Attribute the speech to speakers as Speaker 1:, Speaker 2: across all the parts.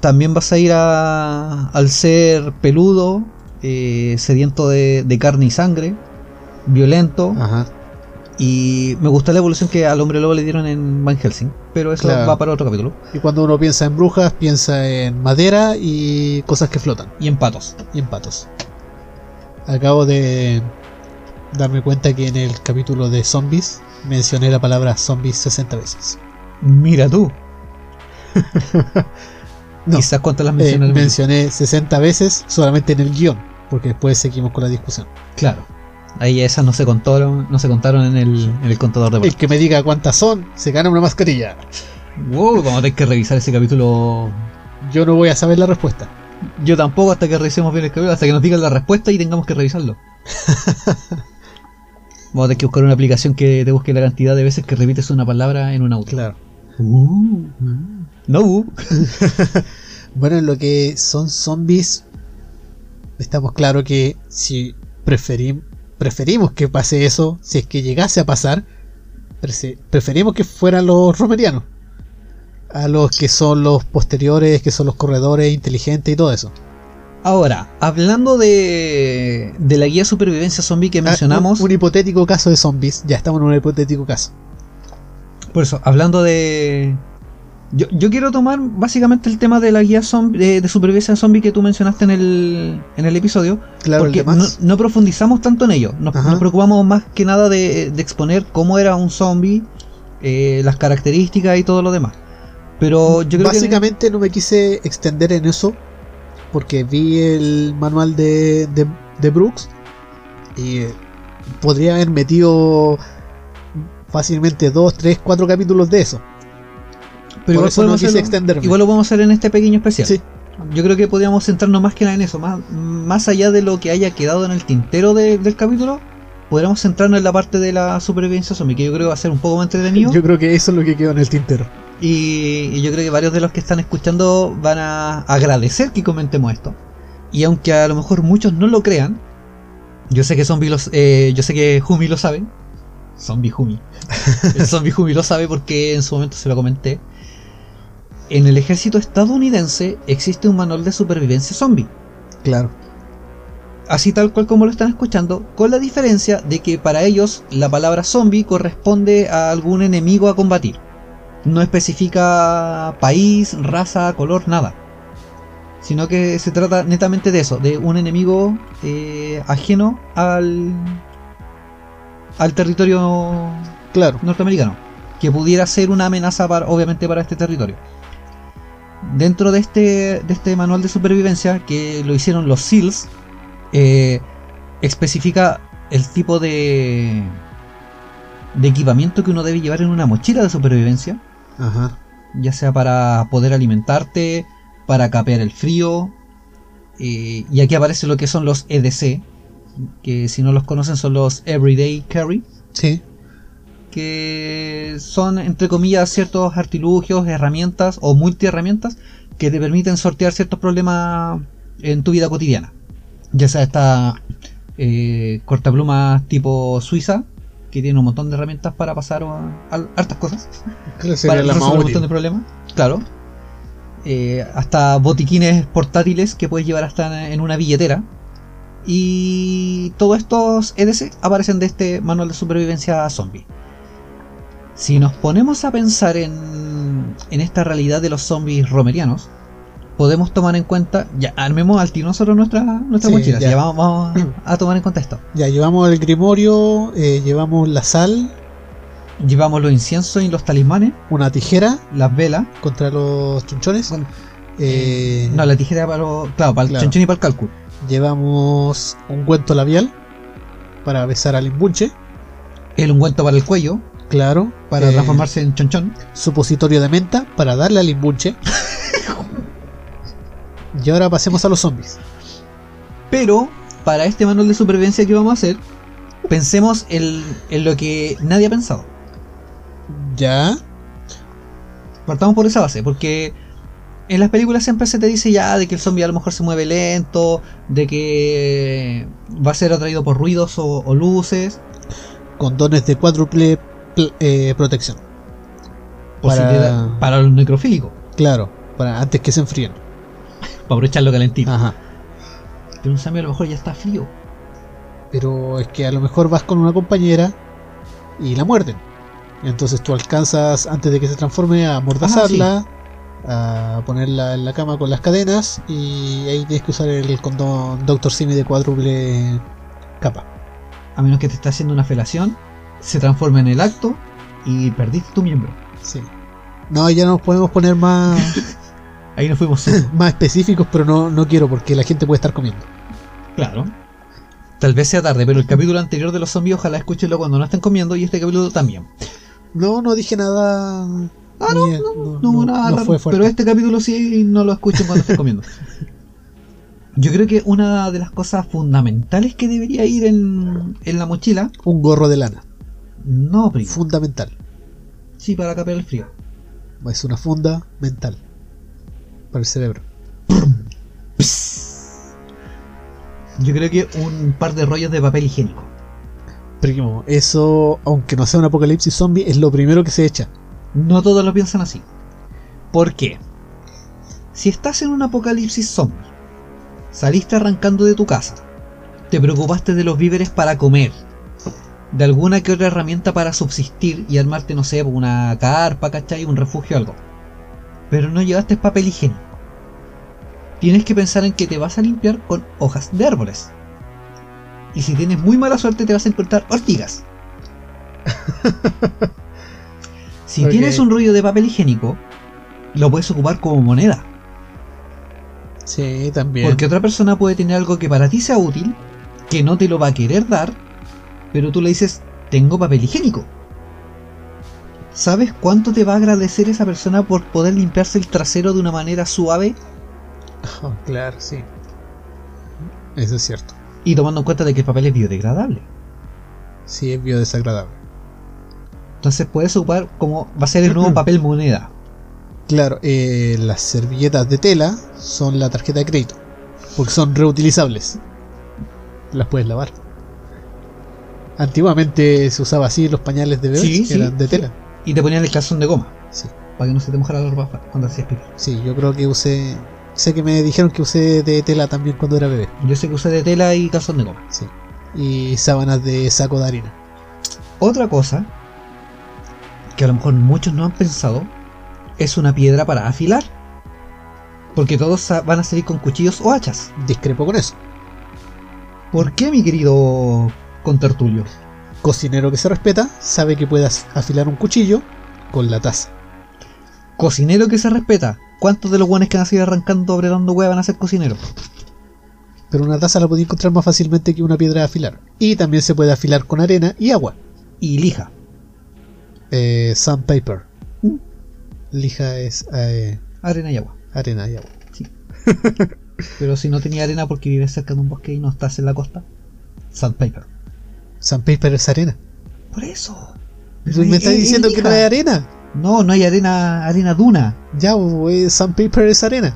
Speaker 1: también vas a ir a- al ser peludo, eh, sediento de, de carne y sangre, violento.
Speaker 2: Ajá.
Speaker 1: Y me gustó la evolución que al hombre lobo le dieron en Van Helsing, pero eso
Speaker 2: Claro.
Speaker 1: va para otro capítulo.
Speaker 2: Y cuando uno piensa en brujas, piensa en madera y cosas que flotan.
Speaker 1: Y en patos.
Speaker 2: Y en patos. Acabo de darme cuenta que en el capítulo de zombies mencioné la palabra zombies 60 veces.
Speaker 1: Mira tú.
Speaker 2: No.
Speaker 1: Quizás cuántas las
Speaker 2: Eh,
Speaker 1: mencionas.
Speaker 2: mencioné 60 veces solamente en el guión, porque después seguimos con la discusión.
Speaker 1: Claro. Ahí esas no se contaron, no se contaron en el, en el contador de
Speaker 2: El
Speaker 1: patos.
Speaker 2: que me diga cuántas son, se gana una mascarilla.
Speaker 1: Wow, vamos a tener que revisar ese capítulo.
Speaker 2: Yo no voy a saber la respuesta.
Speaker 1: Yo tampoco hasta que revisemos bien el capítulo, hasta que nos digan la respuesta y tengamos que revisarlo. vamos a tener que buscar una aplicación que te busque la cantidad de veces que repites una palabra en un auto.
Speaker 2: Claro.
Speaker 1: Uh, no, uh.
Speaker 2: Bueno, en lo que son zombies, estamos claro que si preferim- preferimos que pase eso, si es que llegase a pasar, prese- preferimos que fueran los romerianos, a los que son los posteriores, que son los corredores inteligentes y todo eso.
Speaker 1: Ahora, hablando de, de la guía supervivencia zombie que mencionamos,
Speaker 2: Ah, Un, un hipotético caso de zombies, ya estamos en un hipotético caso.
Speaker 1: por eso, hablando de... Yo, yo quiero tomar básicamente el tema de la guía zombi- de, de supervivencia zombie que tú mencionaste en el, en el episodio,
Speaker 2: Claro, el
Speaker 1: porque
Speaker 2: de
Speaker 1: no,
Speaker 2: Max.
Speaker 1: no profundizamos tanto en ello, nos,
Speaker 2: Ajá.
Speaker 1: nos preocupamos más que nada de, de exponer cómo era un zombie, eh, las características y todo lo demás. Pero yo creo que...
Speaker 2: Básicamente no me quise extender en eso porque vi el manual de, de- de Brooks y eh, podría haber metido fácilmente dos, tres, cuatro capítulos de eso.
Speaker 1: Pero
Speaker 2: Por
Speaker 1: igual
Speaker 2: eso no
Speaker 1: podemos
Speaker 2: quise
Speaker 1: hacerlo-
Speaker 2: extenderme.
Speaker 1: Igual lo podemos hacer en este pequeño especial.
Speaker 2: Sí.
Speaker 1: Yo creo que podríamos centrarnos más que nada en eso, más, más allá de lo que haya quedado en el tintero de- del capítulo, podríamos centrarnos en la parte de la supervivencia zombie, que yo creo que va a ser un poco más entretenido.
Speaker 2: Yo creo que eso es lo que quedó en el tintero.
Speaker 1: Y, y yo creo que varios de los que están escuchando van a agradecer que comentemos esto. Y aunque a lo mejor muchos no lo crean, yo sé que Zombie los, eh, yo sé que Jumi lo sabe. Zombie Jumi. El Zombie Jumi lo sabe porque en su momento se lo comenté. En el ejército estadounidense existe un manual de supervivencia zombie.
Speaker 2: Claro.
Speaker 1: Así tal cual como lo están escuchando, con la diferencia de que para ellos la palabra zombie corresponde a algún enemigo a combatir. No especifica país, raza, color, nada. Sino que se trata netamente de eso, de un enemigo eh, ajeno al, al territorio
Speaker 2: Claro.
Speaker 1: norteamericano, que pudiera ser una amenaza para, obviamente para este territorio. Dentro de este, de este manual de supervivencia que lo hicieron los SEALs, eh, especifica el tipo de, de equipamiento que uno debe llevar en una mochila de supervivencia,
Speaker 2: Ajá.
Speaker 1: ya sea para poder alimentarte, para capear el frío, eh, y aquí aparece lo que son los EDC, que si no los conocen son los Everyday Carry,
Speaker 2: Sí.
Speaker 1: que son, entre comillas, ciertos artilugios, herramientas o multiherramientas que te permiten sortear ciertos problemas en tu vida cotidiana. Ya sea esta eh, cortaplumas tipo suiza, que tiene un montón de herramientas para pasar a- a hartas cosas
Speaker 2: Claro, sería
Speaker 1: para
Speaker 2: la más
Speaker 1: resolver un
Speaker 2: útil.
Speaker 1: montón de problemas. Claro. Eh, hasta botiquines portátiles que puedes llevar hasta en una billetera. Y todos estos EDC aparecen de este manual de supervivencia zombie. Si nos ponemos a pensar en, en esta realidad de los zombies romerianos, podemos tomar en cuenta. Ya, armemos al tiro nosotros nuestra, nuestra
Speaker 2: Sí,
Speaker 1: mochila.
Speaker 2: ya.
Speaker 1: ya vamos, vamos a tomar en cuenta esto.
Speaker 2: Ya, llevamos el grimorio, eh, llevamos la sal,
Speaker 1: Llevamos los inciensos y los talismanes,
Speaker 2: una tijera
Speaker 1: las velas.
Speaker 2: contra los chunchones.
Speaker 1: Bueno,
Speaker 2: eh,
Speaker 1: No, la tijera para lo- Claro, para el
Speaker 2: Claro.
Speaker 1: chanchón y para el cálculo.
Speaker 2: Llevamos un cuento labial para besar al imbunche.
Speaker 1: El ungüento para el cuello,
Speaker 2: Claro,
Speaker 1: para
Speaker 2: eh,
Speaker 1: transformarse en chonchón.
Speaker 2: Supositorio de menta para darle al imbunche. y ahora pasemos a los zombies.
Speaker 1: Pero, para este manual de supervivencia que vamos a hacer, pensemos en, en lo que nadie ha pensado.
Speaker 2: Ya,
Speaker 1: Partamos por esa base, porque en las películas siempre se te dice ya de que el zombie a lo mejor se mueve lento, de que va a ser atraído por ruidos o, o luces,
Speaker 2: condones de cuádruple pl- eh, protección.
Speaker 1: posibilidad- para... los necrofílicos,
Speaker 2: Claro, para antes que se enfríen.
Speaker 1: para aprovecharlo calentito.
Speaker 2: Ajá.
Speaker 1: Pero un zombie a lo mejor ya está frío.
Speaker 2: Pero es que a lo mejor vas con una compañera y la muerden. Entonces tú alcanzas antes de que se transforme a amordazarla,
Speaker 1: Ah,
Speaker 2: a ponerla en la cama con las cadenas y ahí tienes que usar el condón Doctor Simi de cuádruple capa.
Speaker 1: A menos que te esté haciendo una felación, se transforma en el acto y perdiste tu miembro.
Speaker 2: Sí. No, ya nos podemos poner más,
Speaker 1: Ahí nos fuimos. sí.
Speaker 2: más específicos, pero no, no quiero porque la gente puede estar comiendo.
Speaker 1: Claro. Tal vez sea tarde, pero el capítulo anterior de los zombies, ojalá escúchenlo cuando no estén comiendo y este capítulo también.
Speaker 2: No, no dije nada
Speaker 1: Ah, no,
Speaker 2: Mira,
Speaker 1: no, no,
Speaker 2: no,
Speaker 1: nada
Speaker 2: no
Speaker 1: raro,
Speaker 2: fue fuerte.
Speaker 1: Pero este capítulo sí no lo escuchen cuando estén comiendo. Yo creo que una de las cosas fundamentales que debería ir en, en la mochila,
Speaker 2: Un gorro de lana,
Speaker 1: no, primo,
Speaker 2: fundamental.
Speaker 1: sí, para capear el frío.
Speaker 2: Es una funda mental para el cerebro.
Speaker 1: Yo creo que un par de rollos de papel higiénico.
Speaker 2: Primo, eso, aunque no sea un apocalipsis zombie, es lo primero que se echa.
Speaker 1: No todos lo piensan así. ¿Por qué? Si estás en un apocalipsis zombie, saliste arrancando de tu casa, te preocupaste de los víveres para comer, de alguna que otra herramienta para subsistir y armarte, no sé, una carpa, ¿cachai? Un refugio, algo. Pero no llevaste papel higiénico. Tienes que pensar en que te vas a limpiar con hojas de árboles. Y si tienes muy mala suerte te vas a encontrar ortigas. si
Speaker 2: Ok.
Speaker 1: tienes un rollo de papel higiénico, lo puedes ocupar como moneda.
Speaker 2: Sí, también.
Speaker 1: Porque otra persona puede tener algo que para ti sea útil, que no te lo va a querer dar, pero tú le dices, tengo papel higiénico. ¿Sabes cuánto te va a agradecer esa persona por poder limpiarse el trasero de una manera suave?
Speaker 2: Ah, claro, sí. Eso es cierto.
Speaker 1: Y tomando en cuenta de que el papel es biodegradable.
Speaker 2: Sí, es biodesagradable.
Speaker 1: Entonces puedes ocupar como va a ser el nuevo papel moneda.
Speaker 2: Claro, eh, las servilletas de tela son la tarjeta de crédito. Porque son reutilizables. Las puedes lavar. Antiguamente se usaba así los pañales de bebés,
Speaker 1: Sí,
Speaker 2: que
Speaker 1: sí,
Speaker 2: eran de
Speaker 1: sí.
Speaker 2: tela.
Speaker 1: Y te ponían el calzón de goma,
Speaker 2: Sí.
Speaker 1: para que no se te mojara la ropa cuando hacías pipí.
Speaker 2: sí, yo creo que usé. Sé que me dijeron que usé de tela también cuando era bebé.
Speaker 1: Yo sé que usé de tela y calzón de goma.
Speaker 2: Sí. Y sábanas de saco de harina.
Speaker 1: Otra cosa, que a lo mejor muchos no han pensado, es una piedra para afilar. Porque todos sa- van a salir con cuchillos o hachas.
Speaker 2: Discrepo con eso.
Speaker 1: ¿Por qué, mi querido contertulio?
Speaker 2: Cocinero que se respeta sabe que puedas afilar un cuchillo con la taza.
Speaker 1: Cocinero que se respeta. ¿Cuántos de los guanes que han sido arrancando, apretando hueá van a ser cocineros?
Speaker 2: Pero una taza la podéis encontrar más fácilmente que una piedra de afilar. Y también se puede afilar con arena y agua.
Speaker 1: Y lija.
Speaker 2: Eh, sandpaper. Mm. Lija es eh,
Speaker 1: Arena y agua.
Speaker 2: arena y agua.
Speaker 1: Pero si no tenía arena porque vives cerca de un bosque y no estás en la costa, sandpaper.
Speaker 2: Sandpaper es arena.
Speaker 1: Por eso.
Speaker 2: Tú ¿Me estás diciendo que no hay
Speaker 1: hay
Speaker 2: arena?
Speaker 1: No, no hay arena, arena duna.
Speaker 2: Ya, bo, eh, sandpaper es arena.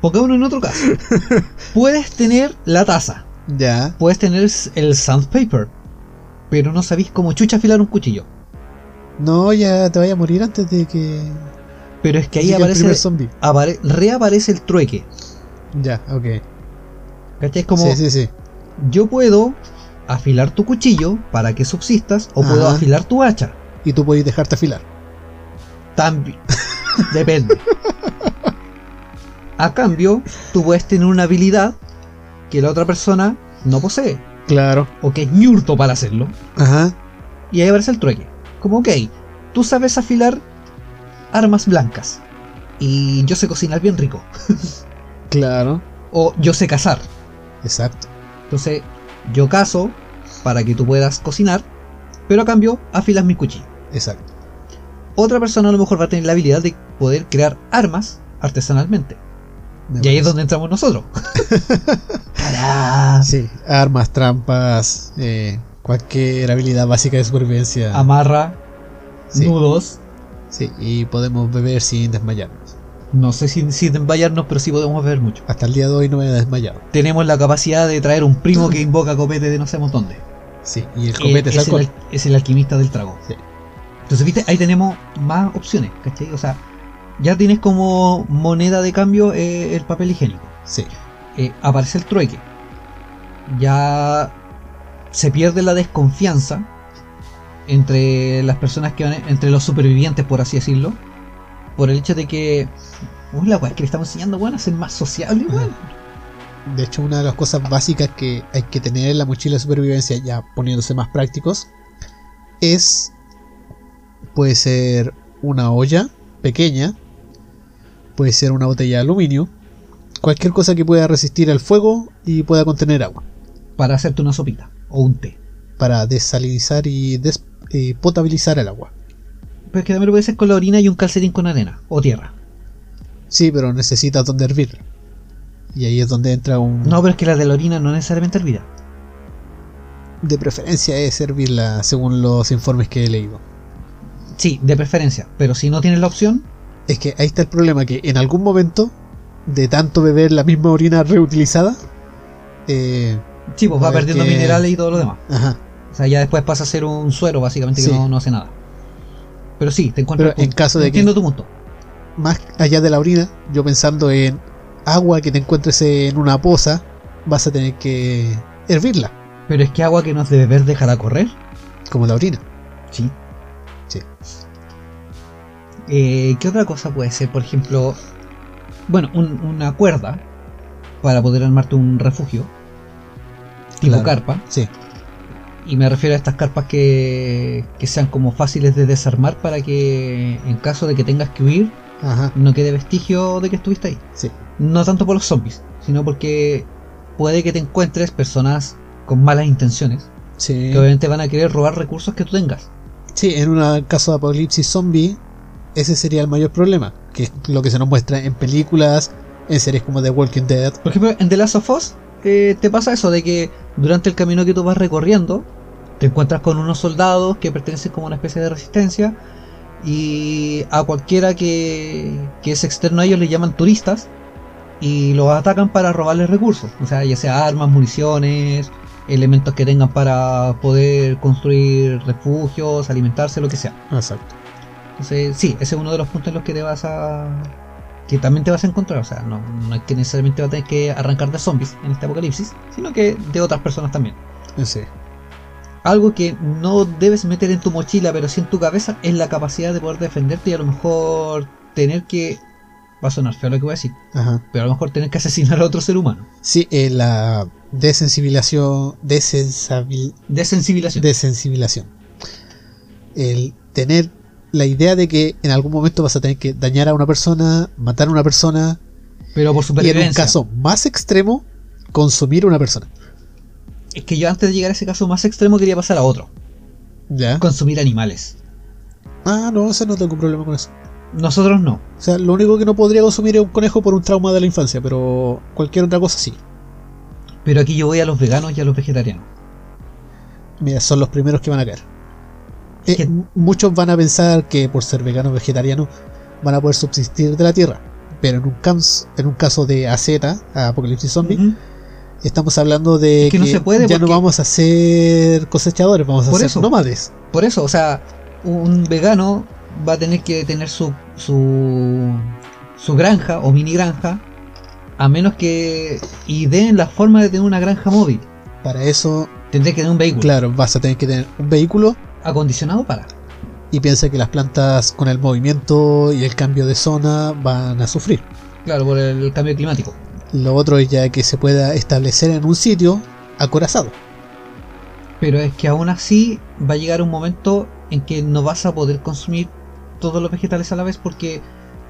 Speaker 1: Pongámonos en otro caso. puedes tener la taza,
Speaker 2: Ya.
Speaker 1: puedes tener el sandpaper, pero no sabéis cómo chucha afilar un cuchillo.
Speaker 2: No, ya te vaya a morir antes de que.
Speaker 1: Pero es que ahí
Speaker 2: llegue el
Speaker 1: aparece,
Speaker 2: primer zombie.
Speaker 1: apare- reaparece el trueque.
Speaker 2: Ya, ok.
Speaker 1: ¿Cachai? Es como,
Speaker 2: Sí, sí, sí.
Speaker 1: yo puedo afilar tu cuchillo para que subsistas o puedo
Speaker 2: Ajá.
Speaker 1: afilar tu hacha.
Speaker 2: Y tú podéis dejarte afilar.
Speaker 1: También. Depende. A cambio, tú puedes tener una habilidad que la otra persona no posee,
Speaker 2: Claro.
Speaker 1: o que es ñurto para hacerlo,
Speaker 2: Ajá.
Speaker 1: y ahí aparece el trueque. Como, ok, tú sabes afilar armas blancas, y yo sé cocinar bien rico,
Speaker 2: Claro.
Speaker 1: o yo sé cazar.
Speaker 2: Exacto.
Speaker 1: Entonces, yo cazo para que tú puedas cocinar, pero a cambio, afilas mi cuchillo.
Speaker 2: Exacto.
Speaker 1: Otra persona a lo mejor va a tener la habilidad de poder crear armas artesanalmente.
Speaker 2: Me
Speaker 1: Y ahí
Speaker 2: parece.
Speaker 1: es donde entramos nosotros. Tarás.
Speaker 2: Sí, armas, trampas, eh, cualquier habilidad básica de supervivencia.
Speaker 1: Amarra,
Speaker 2: Sí.
Speaker 1: nudos.
Speaker 2: Sí, y podemos beber sin desmayarnos.
Speaker 1: No sé si, si desmayarnos, pero sí podemos ver mucho.
Speaker 2: Hasta el día de hoy no me he desmayado.
Speaker 1: Tenemos la capacidad de traer un primo que invoca copete de no sabemos dónde.
Speaker 2: Sí, y el copete
Speaker 1: Eh,
Speaker 2: es
Speaker 1: es, el,
Speaker 2: alcohol.
Speaker 1: al- es el alquimista del trago.
Speaker 2: Sí.
Speaker 1: Entonces, viste, ahí tenemos más opciones, ¿cachai? O sea, ya tienes como moneda de cambio eh, el papel higiénico.
Speaker 2: Sí,
Speaker 1: eh, aparece el trueque. Ya se pierde la desconfianza entre las personas que van, entre los supervivientes, por así decirlo, por el hecho de que, uy, la weá que le estamos enseñando, weón, a ser más sociable, weón.
Speaker 2: de hecho una de las cosas básicas que hay que tener en la mochila de supervivencia, ya poniéndose más prácticos, es, puede ser una olla pequeña, puede ser una botella de aluminio, cualquier cosa que pueda resistir al fuego y pueda contener agua,
Speaker 1: para hacerte una sopita o un té.
Speaker 2: para desalinizar y, des- y potabilizar el eh, agua.
Speaker 1: Pero es que también lo puede ser con la orina y un calcetín con arena o tierra.
Speaker 2: Sí, pero necesitas donde hervir. Y ahí es donde entra un.
Speaker 1: No, pero es que la de la orina no necesariamente hervida.
Speaker 2: De preferencia es hervirla, según los informes que he leído.
Speaker 1: Sí, de preferencia. Pero si no tienes la opción,
Speaker 2: Es que ahí está el problema, que en algún momento, de tanto beber la misma orina reutilizada, eh,
Speaker 1: sí, pues
Speaker 2: No,
Speaker 1: va
Speaker 2: es
Speaker 1: perdiendo
Speaker 2: que-
Speaker 1: minerales y todo lo demás.
Speaker 2: ajá.
Speaker 1: O sea, ya después pasa a ser un suero, básicamente,
Speaker 2: Sí.
Speaker 1: que no, no hace nada. Pero sí, te encuentro.
Speaker 2: Pero
Speaker 1: el punto.
Speaker 2: en caso de que-
Speaker 1: Entiendo tu punto.
Speaker 2: más allá de la orina, yo pensando en agua que te encuentres en una poza, vas a tener que hervirla,
Speaker 1: Pero es que agua que no es de beber dejará correr.
Speaker 2: como la orina.
Speaker 1: Sí.
Speaker 2: Sí.
Speaker 1: Eh, ¿Qué otra cosa puede ser? Por ejemplo, bueno, un- una cuerda para poder armarte un refugio. Tipo
Speaker 2: Claro.
Speaker 1: carpa.
Speaker 2: Sí,
Speaker 1: Y me refiero a estas carpas que, que sean como fáciles de desarmar para que en caso de que tengas que huir,
Speaker 2: ajá,
Speaker 1: no quede vestigio de que estuviste ahí.
Speaker 2: sí.
Speaker 1: No tanto por los zombies, sino porque puede que te encuentres personas con malas intenciones,
Speaker 2: Sí,
Speaker 1: que obviamente van a querer robar recursos que tú tengas.
Speaker 2: sí en un caso de apocalipsis zombie, ese sería el mayor problema, que es lo que se nos muestra en películas, en series como The Walking Dead.
Speaker 1: Por ejemplo, en The Last of Us eh, te pasa eso de que durante el camino que tú vas recorriendo te encuentras con unos soldados que pertenecen como a una especie de resistencia y a cualquiera que, que es externo a ellos le llaman turistas y los atacan para robarles recursos, o sea, ya sea armas, municiones, elementos que tengan para poder construir refugios, alimentarse, lo que sea.
Speaker 2: Exacto.
Speaker 1: Entonces, sí, ese es uno de los puntos en los que te vas a. que también te vas a encontrar. O sea, no, no es que necesariamente vas a tener que arrancar de zombies en este apocalipsis, sino que de otras personas también.
Speaker 2: Sí.
Speaker 1: Algo que no debes meter en tu mochila, pero sí en tu cabeza, es la capacidad de poder defenderte y a lo mejor tener que. va a sonar feo lo que voy a decir,
Speaker 2: Ajá.
Speaker 1: pero a lo mejor tener que asesinar a otro ser humano.
Speaker 2: Sí, eh, la desensibilización, desensabil,
Speaker 1: Desensibilización.
Speaker 2: de sensibilización. El tener la idea de que en algún momento vas a tener que dañar a una persona, matar a una persona y
Speaker 1: pero por
Speaker 2: en un
Speaker 1: supervivencia.
Speaker 2: caso más extremo, consumir a una persona.
Speaker 1: Es que yo antes de llegar a ese caso más extremo quería pasar a otro:
Speaker 2: ¿Ya?
Speaker 1: consumir animales.
Speaker 2: Ah, no, eso no tengo problema con eso.
Speaker 1: Nosotros no.
Speaker 2: O sea, lo único que no podría consumir es un conejo por un trauma de la infancia, pero cualquier otra cosa sí.
Speaker 1: Pero aquí yo voy a los veganos y a los vegetarianos.
Speaker 2: Mira, son los primeros que van a caer.
Speaker 1: Es
Speaker 2: Eh,
Speaker 1: que-
Speaker 2: m- muchos van a pensar que por ser vegano o vegetariano van a poder subsistir de la tierra. Pero en un, cams- en un caso de AZ, Apocalipsis Zombie,
Speaker 1: Ujú.
Speaker 2: Estamos hablando de
Speaker 1: Es que no se puede,
Speaker 2: ya no
Speaker 1: porque-
Speaker 2: vamos a ser cosechadores, vamos a
Speaker 1: Por
Speaker 2: ser
Speaker 1: eso.
Speaker 2: nómades.
Speaker 1: Por eso, o sea, un vegano va a tener que tener su, su, su granja o mini granja, a menos que ideen la forma de tener una granja móvil.
Speaker 2: Para eso,
Speaker 1: Tendré que tener un vehículo
Speaker 2: claro, vas a tener que tener un vehículo
Speaker 1: acondicionado para.
Speaker 2: y piensa que las plantas con el movimiento y el cambio de zona van a sufrir.
Speaker 1: Claro, por el cambio climático.
Speaker 2: Lo otro es ya que se pueda establecer en un sitio acorazado.
Speaker 1: Pero es que aún así va a llegar un momento en que no vas a poder consumir todos los vegetales a la vez porque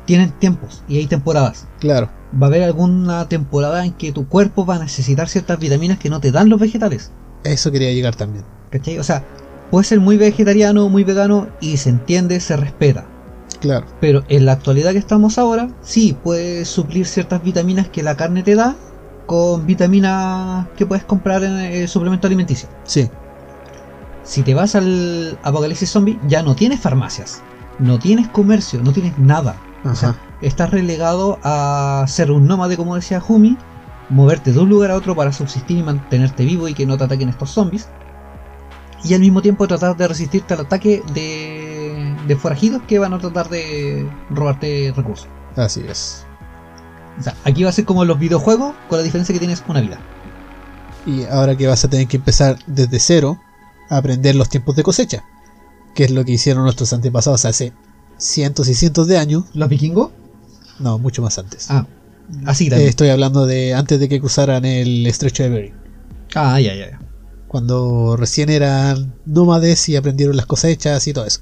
Speaker 1: tienen tiempos y hay temporadas.
Speaker 2: Claro,
Speaker 1: Va a haber alguna temporada en que tu cuerpo va a necesitar ciertas vitaminas que no te dan los vegetales.
Speaker 2: eso quería llegar también.
Speaker 1: ¿Cachai? O sea, puede ser muy vegetariano, muy vegano y se entiende, se respeta.
Speaker 2: Claro,
Speaker 1: Pero en la actualidad que estamos ahora, sí, puedes suplir ciertas vitaminas que la carne te da con vitaminas que puedes comprar en el suplemento alimenticio.
Speaker 2: sí,
Speaker 1: Si te vas al apocalipsis zombie, ya no tienes farmacias, no tienes comercio, no tienes nada. O sea,
Speaker 2: ajá,
Speaker 1: estás relegado a ser un nómade, como decía Jumi, moverte de un lugar a otro para subsistir y mantenerte vivo y que no te ataquen estos zombies. Y al mismo tiempo tratar de resistirte al ataque de, de forajidos que van a tratar de robarte recursos.
Speaker 2: así es.
Speaker 1: O sea, aquí va a ser como los videojuegos, con la diferencia que tienes una vida.
Speaker 2: Y ahora que vas a tener que empezar desde cero a aprender los tiempos de cosecha, que es lo que hicieron nuestros antepasados hace cientos y cientos de años,
Speaker 1: ¿Los vikingos? Este.
Speaker 2: No, mucho más antes.
Speaker 1: Ah, así
Speaker 2: Eh,
Speaker 1: también.
Speaker 2: estoy hablando de antes de que cruzaran el estrecho de Bering.
Speaker 1: Ah, ya, ya, ya.
Speaker 2: Cuando recién eran nómades y aprendieron las cosechas y todo eso.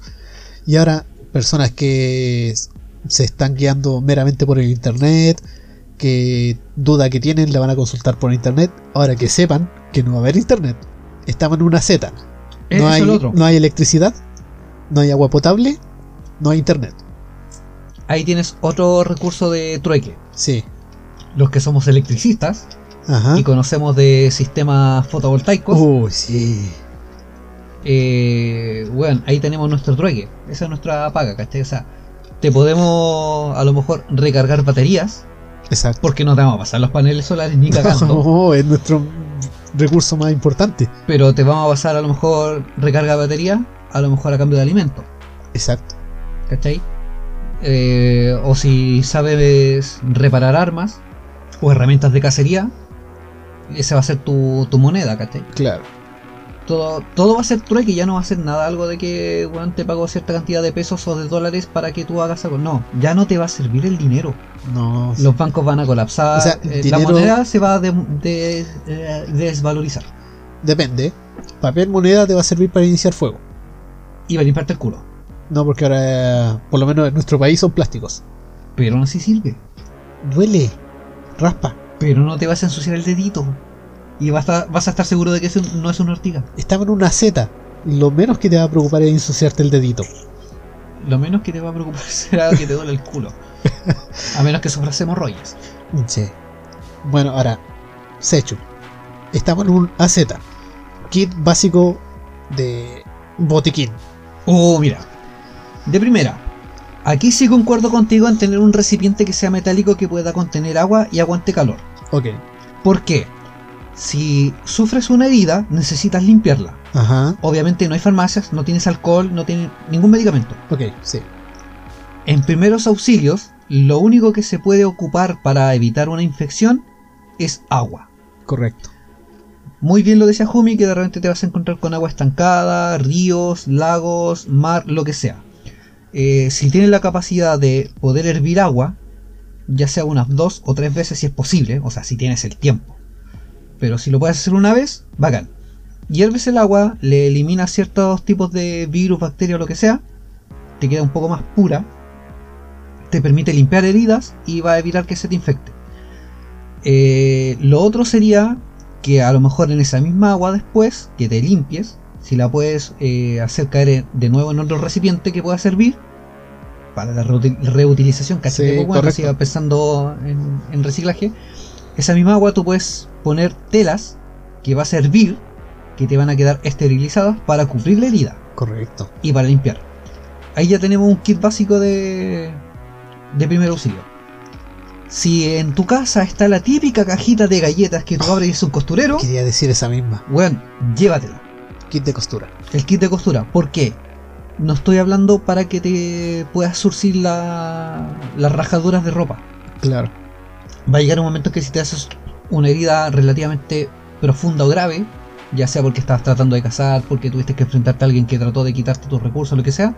Speaker 2: Y ahora, personas que s- se están guiando meramente por el internet, que duda que tienen la van a consultar por internet. Ahora que sepan que no va a haber internet, estamos en una Z.
Speaker 1: Eh, Eso
Speaker 2: No,
Speaker 1: es
Speaker 2: hay,
Speaker 1: lo otro.
Speaker 2: no hay electricidad, no hay agua potable no hay internet.
Speaker 1: Ahí tienes otro recurso de trueque.
Speaker 2: Sí.
Speaker 1: Los que somos electricistas
Speaker 2: Ajá.
Speaker 1: y conocemos de sistemas fotovoltaicos.
Speaker 2: Uy, sí.
Speaker 1: eh, bueno, ahí tenemos nuestro trueque. Esa es nuestra paga, ¿cachai? O sea, te podemos a lo mejor recargar baterías,
Speaker 2: Exacto.
Speaker 1: porque no te vamos a pasar los paneles solares ni cagando,
Speaker 2: No, es nuestro recurso más importante.
Speaker 1: pero te vamos a pasar a lo mejor recarga de batería, a lo mejor a cambio de alimento,
Speaker 2: Exacto.
Speaker 1: ¿cachai? Eh, o si sabes reparar armas o herramientas de cacería, esa va a ser tu, tu moneda, ¿cachai?
Speaker 2: Claro.
Speaker 1: todo, todo va a ser trueque, ya no va a ser nada algo de que weón, te pago cierta cantidad de pesos o de dólares para que tú hagas algo. No, ya no te va a servir el dinero.
Speaker 2: No.
Speaker 1: Los bancos van a colapsar,
Speaker 2: O sea,
Speaker 1: eh, la
Speaker 2: dinero-
Speaker 1: moneda se va a de- de- eh, desvalorizar
Speaker 2: Depende. Papel moneda te va a servir para iniciar fuego.
Speaker 1: y va a limpiarte el culo.
Speaker 2: No, porque ahora, eh, por lo menos en nuestro país son plásticos.
Speaker 1: Pero no se sirve,
Speaker 2: Duele. Raspa.
Speaker 1: pero no te vas a ensuciar el dedito y vas a, vas a estar seguro de que eso no es una ortiga.
Speaker 2: Estaba en una Z. Lo menos que te va a preocupar es ensuciarte el dedito.
Speaker 1: Lo menos que te va a preocupar será que te duele el culo, a menos que sufras hemorroides.
Speaker 2: Sí. Bueno, ahora, Sechu. Estamos en un AZ. Kit básico de botiquín.
Speaker 1: Oh, mira. De primera, aquí sí concuerdo contigo en tener un recipiente que sea metálico que pueda contener agua y aguante calor.
Speaker 2: Ok.
Speaker 1: ¿Por qué? Si sufres una herida, necesitas limpiarla.
Speaker 2: Ajá.
Speaker 1: Obviamente no hay farmacias, no tienes alcohol, no tienes ningún medicamento.
Speaker 2: Ok, sí.
Speaker 1: En primeros auxilios, lo único que se puede ocupar para evitar una infección es agua.
Speaker 2: Correcto.
Speaker 1: Muy bien lo decía Jumi, que de repente te vas a encontrar con agua estancada, ríos, lagos, mar, lo que sea. Eh, si tienes la capacidad de poder hervir agua, ya sea unas dos o tres veces si es posible, o sea, si tienes el tiempo. Pero si lo puedes hacer una vez, bacán. Hierves el agua, le eliminas ciertos tipos de virus, bacterias, lo que sea, te queda un poco más pura, te permite limpiar heridas y va a evitar que se te infecte. Eh, lo otro sería que a lo mejor en esa misma agua después que te limpies, si la puedes eh, hacer caer en- de nuevo en otro recipiente que pueda servir para la reutil- reutilización, casi
Speaker 2: Sí,
Speaker 1: bueno,
Speaker 2: correcto.
Speaker 1: siga pensando en, en reciclaje, esa misma agua tú puedes poner telas que va a servir, que te van a quedar esterilizadas para cubrir la herida
Speaker 2: Correcto.
Speaker 1: y para limpiar. Ahí ya tenemos un kit básico de, de primer auxilio. Si en tu casa está la típica cajita de galletas que tú abres y es un costurero,
Speaker 2: Quería decir esa misma.
Speaker 1: weón, llévatela.
Speaker 2: Kit de costura.
Speaker 1: El kit de costura. ¿Por qué? No estoy hablando para que te puedas surcir la- las rajaduras de ropa.
Speaker 2: Claro.
Speaker 1: va a llegar un momento que si te haces una herida relativamente profunda o grave, ya sea porque estabas tratando de cazar, porque tuviste que enfrentarte a alguien que trató de quitarte tus recursos, lo que sea,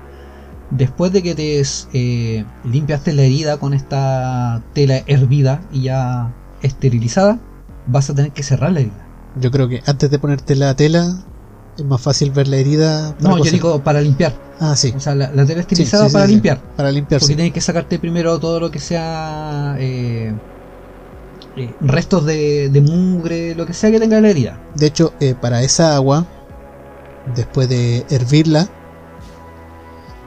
Speaker 1: después de que te eh, limpiaste la herida con esta tela hervida y ya esterilizada, vas a tener que cerrar la herida.
Speaker 2: Yo creo que antes de ponerte la tela, es más fácil ver la herida. para
Speaker 1: No, yo
Speaker 2: coser.
Speaker 1: digo para limpiar,
Speaker 2: Ah, sí.
Speaker 1: o sea, la, la tela
Speaker 2: Sí,
Speaker 1: esterilizada
Speaker 2: sí, sí,
Speaker 1: para
Speaker 2: sí.
Speaker 1: limpiar.
Speaker 2: Para
Speaker 1: Porque
Speaker 2: limpiarse.
Speaker 1: tienes que sacarte primero todo lo que sea eh, eh, restos de, de mugre, lo que sea que tenga la herida.
Speaker 2: De hecho, eh, para esa agua, después de hervirla,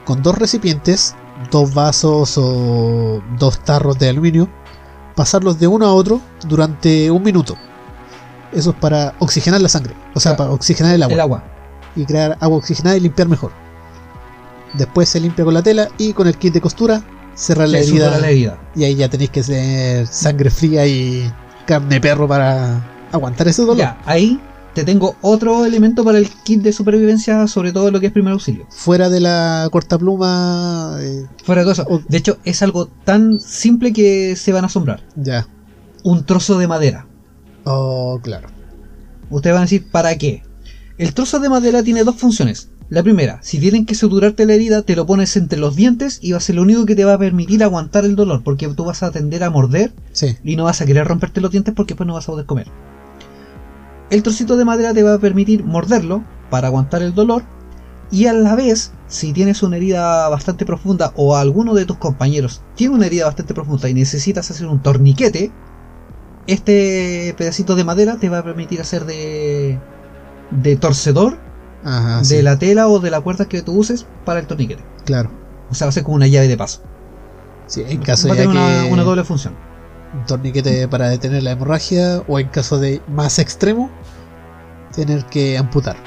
Speaker 2: con dos recipientes, dos vasos o dos tarros de aluminio, pasarlos de uno a otro durante un minuto. Eso es para oxigenar la sangre, o sea,
Speaker 1: Claro.
Speaker 2: para oxigenar el agua,
Speaker 1: El agua.
Speaker 2: y crear agua oxigenada y limpiar mejor. Después se limpia con la tela y con el kit de costura cerrar la
Speaker 1: Se supera
Speaker 2: herida
Speaker 1: la herida.
Speaker 2: y ahí ya tenéis que ser sangre fría y carne de perro para aguantar ese dolor.
Speaker 1: Ya, ahí te tengo otro elemento para el kit de supervivencia, sobre todo lo que es primer auxilio.
Speaker 2: fuera de la corta pluma, eh,
Speaker 1: Fuera de todo eso.
Speaker 2: Oh.
Speaker 1: De hecho, es algo tan simple que se van a asombrar.
Speaker 2: ya.
Speaker 1: Un trozo de madera.
Speaker 2: Oh, claro.
Speaker 1: Ustedes van a decir, ¿para qué? El trozo de madera tiene dos funciones. La primera, si tienen que suturarte la herida, te lo pones entre los dientes y va a ser lo único que te va a permitir aguantar el dolor, porque tú vas a tender a morder
Speaker 2: Sí,
Speaker 1: y no vas a querer romperte los dientes porque después no vas a poder comer. El trocito de madera te va a permitir morderlo para aguantar el dolor y a la vez, si tienes una herida bastante profunda o alguno de tus compañeros tiene una herida bastante profunda y necesitas hacer un torniquete, este pedacito de madera te va a permitir hacer de, de torcedor
Speaker 2: ajá,
Speaker 1: de
Speaker 2: Ah, sí,
Speaker 1: la tela o de la cuerda que tú uses para el torniquete.
Speaker 2: claro.
Speaker 1: O sea, va a ser como una llave de paso.
Speaker 2: Sí, en caso
Speaker 1: va a
Speaker 2: ya
Speaker 1: tener una,
Speaker 2: que
Speaker 1: una doble función.
Speaker 2: un torniquete para detener la hemorragia o en caso de más extremo tener que amputar.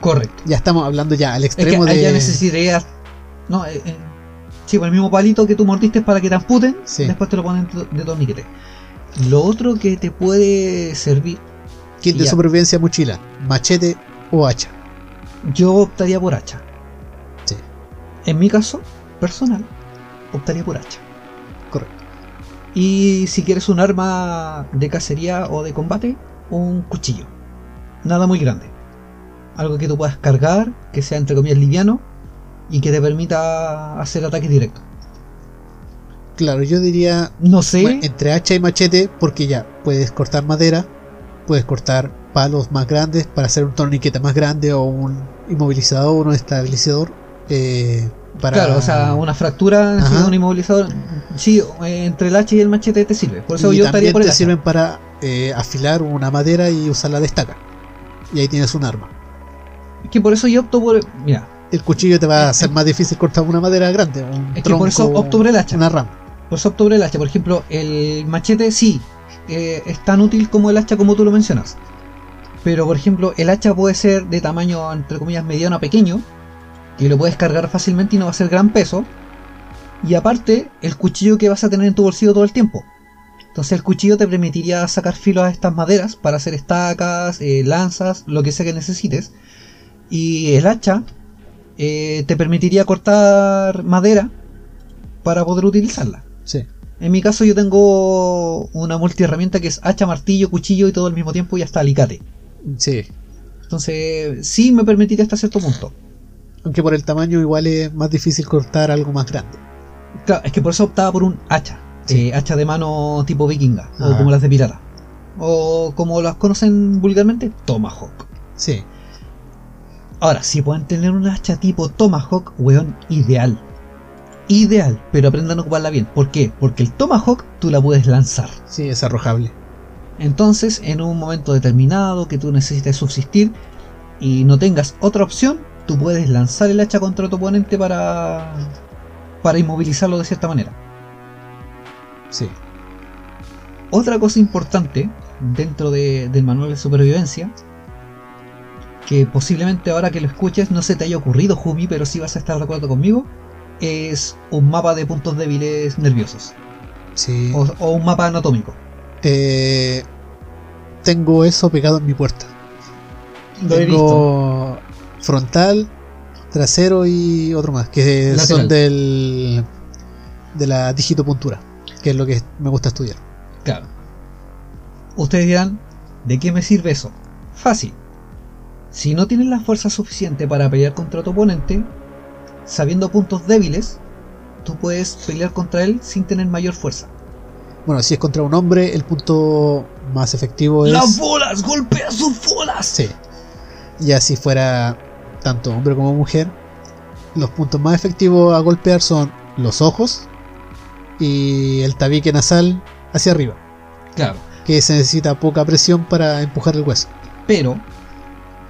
Speaker 1: Correcto.
Speaker 2: Ya estamos hablando ya al
Speaker 1: Es que
Speaker 2: extremo
Speaker 1: ahí
Speaker 2: de
Speaker 1: ya necesitarías. No, eh, eh, sí, con el mismo palito que tú mordiste para que te amputen,
Speaker 2: Sí.
Speaker 1: después te lo ponen to- de torniquete. Lo otro que te puede servir,
Speaker 2: kit de
Speaker 1: ya.
Speaker 2: supervivencia mochila, machete o hacha.
Speaker 1: yo optaría por hacha.
Speaker 2: Sí.
Speaker 1: En mi caso, personal, optaría por hacha.
Speaker 2: Correcto.
Speaker 1: Y si quieres un arma de cacería o de combate, un cuchillo. Nada muy grande. Algo que tú puedas cargar, que sea entre comillas liviano y que te permita hacer ataques directos.
Speaker 2: Claro, yo diría
Speaker 1: No sé.
Speaker 2: bueno, entre hacha y machete porque ya puedes cortar madera, puedes cortar palos más grandes para hacer un torniquete más grande o un inmovilizador, un estabilizador. eh, para...
Speaker 1: Claro, o sea, una fractura en sí,
Speaker 2: Ajá.
Speaker 1: un inmovilizador. Sí, eh, entre el hacha y el machete te sirve. Por eso
Speaker 2: y
Speaker 1: yo estaría
Speaker 2: también
Speaker 1: por el
Speaker 2: te
Speaker 1: hacha.
Speaker 2: sirven para eh, afilar una madera y usarla de estaca. Y ahí tienes un arma.
Speaker 1: Es que por eso yo opto por. Mira,
Speaker 2: El cuchillo te va a
Speaker 1: Eh,
Speaker 2: hacer más difícil cortar una madera grande, un
Speaker 1: es que
Speaker 2: tronco,
Speaker 1: por eso opto por el hacha.
Speaker 2: una rama.
Speaker 1: Por eso opto por el hacha. Por ejemplo, el machete sí eh, es tan útil como el hacha como tú lo mencionas. Pero por ejemplo, el hacha puede ser de tamaño entre comillas mediano a pequeño, que lo puedes cargar fácilmente y no va a ser gran peso. Y aparte, el cuchillo que vas a tener en tu bolsillo todo el tiempo. Entonces el cuchillo te permitiría sacar filo a estas maderas para hacer estacas, eh, lanzas, lo que sea que necesites. Y el hacha eh, te permitiría cortar madera para poder utilizarla.
Speaker 2: Sí.
Speaker 1: En mi caso yo tengo una multiherramienta que es hacha, martillo, cuchillo y todo al mismo tiempo y hasta alicate.
Speaker 2: sí.
Speaker 1: Entonces sí me permitiría hasta cierto punto.
Speaker 2: Aunque por el tamaño igual es más difícil cortar algo más grande.
Speaker 1: Claro, es que por eso optaba por un hacha.
Speaker 2: Sí.
Speaker 1: Eh, hacha de mano tipo vikinga
Speaker 2: Ah.
Speaker 1: o como las de pirata. O como las conocen vulgarmente, Tomahawk.
Speaker 2: Sí.
Speaker 1: Ahora, si pueden tener un hacha tipo Tomahawk, weón, ideal. Ideal, pero aprendan a ocuparla bien. ¿Por qué? Porque el Tomahawk tú la puedes lanzar.
Speaker 2: Sí, es arrojable.
Speaker 1: Entonces, en un momento determinado que tú necesites subsistir y no tengas otra opción, tú puedes lanzar el hacha contra tu oponente para para inmovilizarlo de cierta manera.
Speaker 2: Sí.
Speaker 1: Otra cosa importante dentro de- del manual de supervivencia, que posiblemente ahora que lo escuches no se te haya ocurrido, Jumi, pero sí vas a estar de acuerdo conmigo, es un mapa de puntos débiles nerviosos
Speaker 2: Sí.
Speaker 1: o, o un mapa anatómico.
Speaker 2: Eh, tengo eso pegado en mi puerta.
Speaker 1: Lo he visto.
Speaker 2: tengo frontal, trasero y otro más, que
Speaker 1: Lateral.
Speaker 2: son del de la digitopuntura, que es lo que me gusta estudiar.
Speaker 1: Claro. Ustedes dirán, ¿de qué me sirve eso? Fácil. Si no tienes la fuerza suficiente para pelear contra tu oponente, sabiendo puntos débiles, tú puedes pelear contra él sin tener mayor fuerza.
Speaker 2: Bueno, si es contra un hombre, el punto más efectivo es
Speaker 1: ¡Las bolas! ¡Golpea sus bolas!
Speaker 2: sí. Ya si fuera tanto hombre como mujer, los puntos más efectivos a golpear son los ojos y el tabique nasal hacia arriba,
Speaker 1: Claro.
Speaker 2: que se necesita poca presión para empujar el hueso.
Speaker 1: Pero,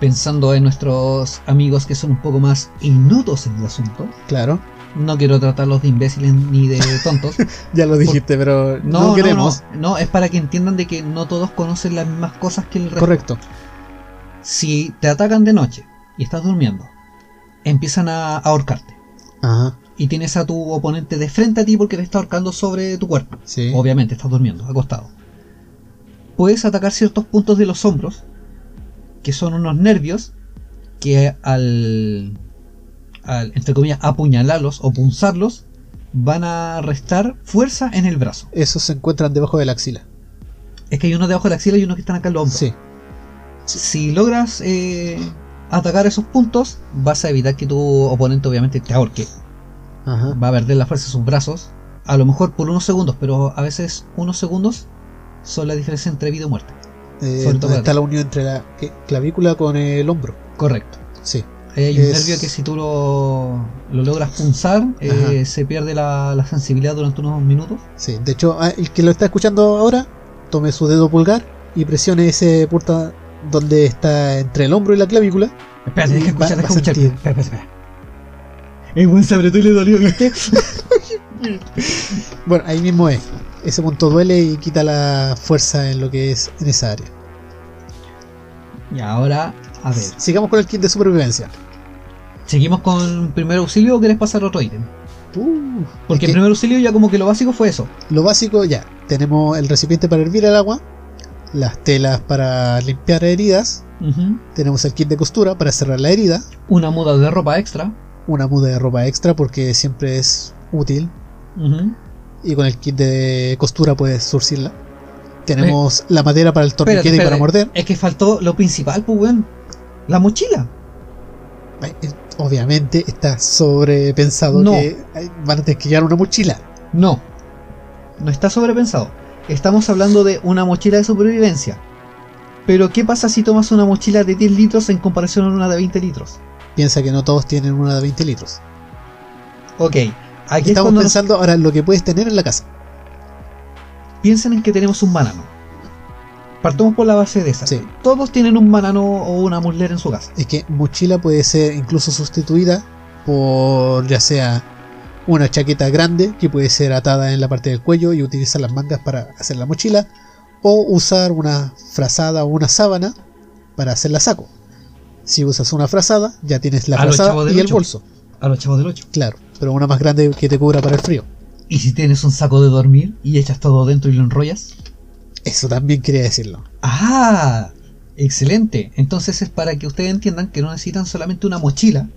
Speaker 1: pensando en nuestros amigos que son un poco más innutos en el asunto,
Speaker 2: Claro,
Speaker 1: no quiero tratarlos de imbéciles ni de tontos.
Speaker 2: ya lo dijiste, pero
Speaker 1: No,
Speaker 2: no, queremos.
Speaker 1: No, no, es para que entiendan de que no todos conocen las mismas cosas que el resto.
Speaker 2: Correcto.
Speaker 1: Si te atacan de noche y estás durmiendo, empiezan a ahorcarte.
Speaker 2: Ajá,
Speaker 1: Y tienes a tu oponente de frente a ti porque te está ahorcando sobre tu cuerpo.
Speaker 2: sí.
Speaker 1: Obviamente, estás durmiendo, acostado. Puedes atacar ciertos puntos de los hombros, que son unos nervios, que al, al, entre comillas, apuñalarlos o punzarlos, van a restar fuerza en el brazo.
Speaker 2: Esos se encuentran debajo de la axila.
Speaker 1: Es que hay unos debajo de la axila y unos que están acá en los hombros.
Speaker 2: Sí,
Speaker 1: Si logras eh, atacar esos puntos, vas a evitar que tu oponente obviamente te ahorque.
Speaker 2: ajá.
Speaker 1: va a perder la fuerza de sus brazos, a lo mejor por unos segundos, pero a veces unos segundos son la diferencia entre vida y muerte.
Speaker 2: Eh,
Speaker 1: Sobre
Speaker 2: donde
Speaker 1: todo para
Speaker 2: está
Speaker 1: ti.
Speaker 2: la unión entre la ¿qué? clavícula con el hombro.
Speaker 1: Correcto.
Speaker 2: Sí,
Speaker 1: Ahí Hay un
Speaker 2: Es-
Speaker 1: nervio que si tú lo, lo logras punzar, eh,
Speaker 2: Ajá.
Speaker 1: se pierde la, la sensibilidad durante unos minutos.
Speaker 2: sí. De hecho, ah, el que lo está escuchando ahora, tome su dedo pulgar y presione ese punta donde está entre el hombro y la clavícula.
Speaker 1: Espérate,
Speaker 2: Y
Speaker 1: deja
Speaker 2: va-
Speaker 1: escuchar,
Speaker 2: va
Speaker 1: deja
Speaker 2: a
Speaker 1: escuchar.
Speaker 2: sentir.
Speaker 1: Espera, espera, espera. El buen se apretó y le dolió, ¿viste?
Speaker 2: Bueno, ahí mismo es. Ese punto duele y quita la fuerza en lo que es en esa área.
Speaker 1: Y ahora, a ver.
Speaker 2: Sigamos con el kit de supervivencia.
Speaker 1: ¿Seguimos con primer auxilio o querés pasar otro ítem?
Speaker 2: Uh,
Speaker 1: Porque
Speaker 2: es que
Speaker 1: el primer auxilio ya como que lo básico fue eso.
Speaker 2: Lo básico ya. Tenemos el recipiente para hervir el agua. Las telas para limpiar heridas. Tenemos el kit de costura para cerrar la herida.
Speaker 1: Una muda de ropa extra.
Speaker 2: Una muda de ropa extra porque siempre es útil.
Speaker 1: Ujú.
Speaker 2: Y con el kit de costura puedes surcirla. Tenemos la madera para el
Speaker 1: Espérate,
Speaker 2: torniquete y para
Speaker 1: espérate.
Speaker 2: morder.
Speaker 1: Es que faltó lo principal, pues weón. La mochila.
Speaker 2: Eh, eh, Obviamente está sobrepensado
Speaker 1: No.
Speaker 2: que eh, van a tener que llevar una mochila.
Speaker 1: No. No está sobrepensado. Estamos hablando de una mochila de supervivencia. Pero ¿qué pasa si tomas una mochila de 10 litros en comparación a una de 20 litros?
Speaker 2: Piensa que no todos tienen una de 20 litros.
Speaker 1: Ok. Aquí es
Speaker 2: Estamos
Speaker 1: cuando nos-
Speaker 2: pensando ahora en lo que puedes tener en la casa.
Speaker 1: piensen en que tenemos un banano. Partamos por la base de esa.
Speaker 2: Sí.
Speaker 1: Todos tienen un banano o una muslera en su casa.
Speaker 2: Es que mochila puede ser incluso sustituida por ya sea una chaqueta grande que puede ser atada en la parte del cuello y utilizar las mangas para hacer la mochila o usar una frazada o una sábana para hacer la saco. Si usas una frazada ya tienes la
Speaker 1: A los
Speaker 2: frazada
Speaker 1: Chavos del
Speaker 2: y el
Speaker 1: Ocho.
Speaker 2: bolso,
Speaker 1: A los chavos del 8.
Speaker 2: claro, pero una más grande que te cubra para el frío.
Speaker 1: ¿Y si tienes un saco de dormir y echas todo dentro y lo enrollas?
Speaker 2: Eso también quería decirlo.
Speaker 1: ¡Ah! Excelente. Entonces es para que ustedes entiendan que no necesitan solamente una mochila,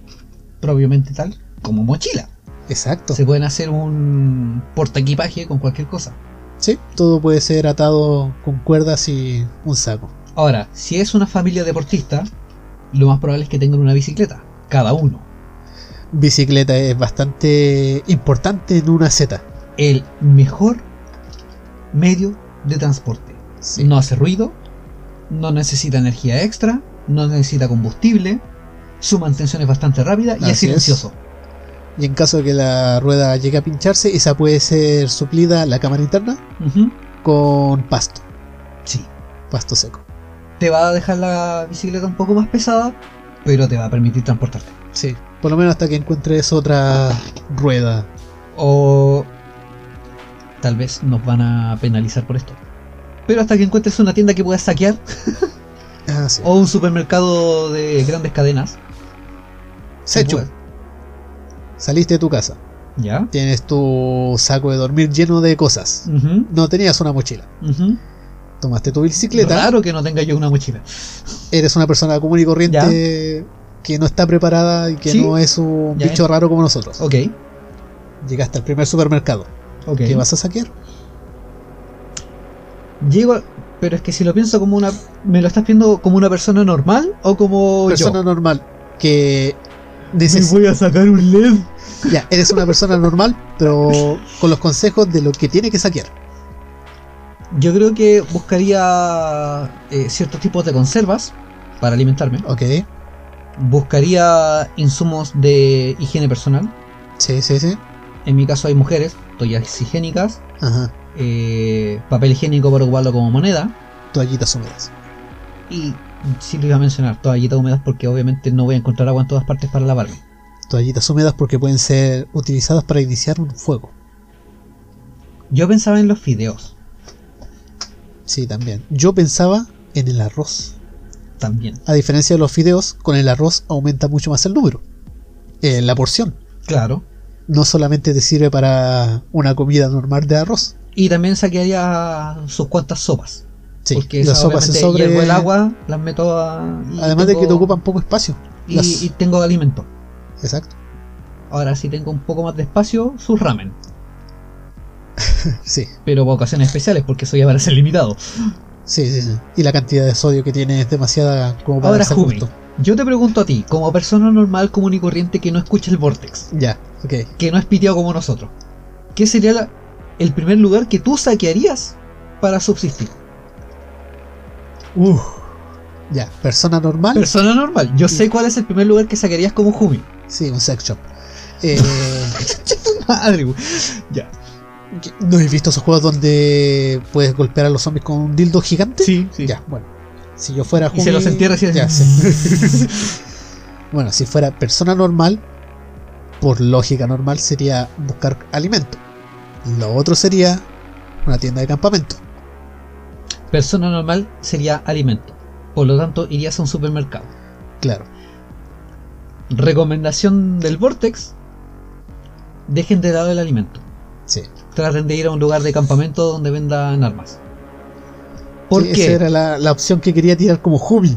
Speaker 1: propiamente tal, como mochila.
Speaker 2: Exacto.
Speaker 1: Se pueden hacer un portaequipaje con cualquier cosa.
Speaker 2: Sí, todo puede ser atado con cuerdas y un saco.
Speaker 1: Ahora, si es una familia deportista, lo más probable es que tengan una bicicleta, cada uno.
Speaker 2: Bicicleta es bastante importante en una Z.
Speaker 1: El mejor medio de transporte.
Speaker 2: Sí.
Speaker 1: No hace ruido, no necesita energía extra, no necesita combustible, su mantención es bastante rápida y es
Speaker 2: Así es.
Speaker 1: silencioso.
Speaker 2: Y en caso de que la rueda llegue a pincharse, esa puede ser suplida la cámara interna
Speaker 1: Ujú.
Speaker 2: con pasto,
Speaker 1: Sí.
Speaker 2: pasto seco.
Speaker 1: te va a dejar la bicicleta un poco más pesada, pero te va a permitir transportarte.
Speaker 2: Sí, por lo menos hasta que encuentres otra rueda.
Speaker 1: O tal vez nos van a penalizar por esto. Pero hasta que encuentres una tienda que puedas saquear
Speaker 2: Ah, sí.
Speaker 1: o un supermercado de grandes cadenas. que
Speaker 2: Sechu,
Speaker 1: puedas-
Speaker 2: saliste de tu casa,
Speaker 1: ¿Ya?
Speaker 2: tienes tu saco de dormir lleno de cosas.
Speaker 1: Ujú,
Speaker 2: No tenías una mochila.
Speaker 1: ujú.
Speaker 2: Tomaste tu bicicleta,
Speaker 1: Raro que no tenga yo una mochila.
Speaker 2: eres una persona común y corriente que no está preparada y que
Speaker 1: Sí.
Speaker 2: no es un
Speaker 1: Ya, eh.
Speaker 2: bicho raro como nosotros.
Speaker 1: Ok,
Speaker 2: Llegaste al primer supermercado.
Speaker 1: ok.
Speaker 2: ¿Qué vas a saquear?
Speaker 1: Llego, a- pero es que si lo pienso como una. ¿Me lo estás viendo como una persona normal o como
Speaker 2: persona
Speaker 1: yo?
Speaker 2: normal que
Speaker 1: Me
Speaker 2: necesita
Speaker 1: voy a sacar un LED.
Speaker 2: Ya, eres una persona normal, pero con los consejos de lo que tiene que saquear.
Speaker 1: Yo creo que buscaría eh, ciertos tipos de conservas para alimentarme.
Speaker 2: Ok,
Speaker 1: Buscaría insumos de higiene personal.
Speaker 2: sí, sí, sí.
Speaker 1: En mi caso hay mujeres, toallas higiénicas,
Speaker 2: Ajá,
Speaker 1: eh, papel higiénico para ocuparlo como moneda.
Speaker 2: toallitas húmedas.
Speaker 1: Y sí les iba a mencionar toallitas húmedas porque obviamente no voy a encontrar agua en todas partes para lavarme.
Speaker 2: Toallitas húmedas porque pueden ser utilizadas para iniciar un fuego.
Speaker 1: Yo pensaba en los fideos
Speaker 2: Sí, también. Yo pensaba en el arroz.
Speaker 1: también.
Speaker 2: A diferencia de los fideos, con el arroz aumenta mucho más el número. eh, la porción.
Speaker 1: Claro.
Speaker 2: No solamente te sirve para una comida normal de arroz.
Speaker 1: Y también saquearía sus cuantas sopas.
Speaker 2: Sí,
Speaker 1: porque
Speaker 2: las sopas en sobre.
Speaker 1: hiervo el agua, las meto a... y
Speaker 2: Además de que te
Speaker 1: tengo-
Speaker 2: ocupan poco espacio.
Speaker 1: y-
Speaker 2: las-
Speaker 1: y tengo alimento.
Speaker 2: Exacto.
Speaker 1: Ahora si tengo un poco más de espacio, sus ramen.
Speaker 2: Sí,
Speaker 1: Pero para ocasiones especiales, porque eso ya va a ser limitado.
Speaker 2: sí, sí, sí. Y la cantidad de sodio que tiene es demasiada como para
Speaker 1: Ahora,
Speaker 2: ser
Speaker 1: Jumi,
Speaker 2: justo.
Speaker 1: yo te pregunto a ti, como persona normal, común y corriente que no escucha el Vortex,
Speaker 2: Ya, ok.
Speaker 1: que no es piteado como nosotros, ¿qué sería la- el primer lugar que tú saquearías para subsistir?
Speaker 2: Uf. Ya, persona normal.
Speaker 1: Persona normal, yo sé cuál es el primer lugar que saquearías como Jumi.
Speaker 2: sí, un sex shop. Eh,
Speaker 1: Madre, güey.
Speaker 2: que- ¿No he visto esos juegos donde puedes golpear a los zombies con un dildo gigante?
Speaker 1: Sí, sí.
Speaker 2: Ya, bueno. Si yo fuera
Speaker 1: Y se los entierra así.
Speaker 2: Ya, sí. Bueno, si fuera persona normal, por lógica normal sería buscar alimento. Lo otro sería una tienda de campamento.
Speaker 1: Persona normal sería alimento. Por lo tanto, irías a un supermercado.
Speaker 2: Claro.
Speaker 1: Recomendación del Vortex: dejen de lado el alimento.
Speaker 2: Sí.
Speaker 1: Traten de ir a un lugar de campamento donde vendan armas. ¿Por
Speaker 2: Sí, Esa
Speaker 1: qué?
Speaker 2: era la, la opción que quería tirar como Hubi.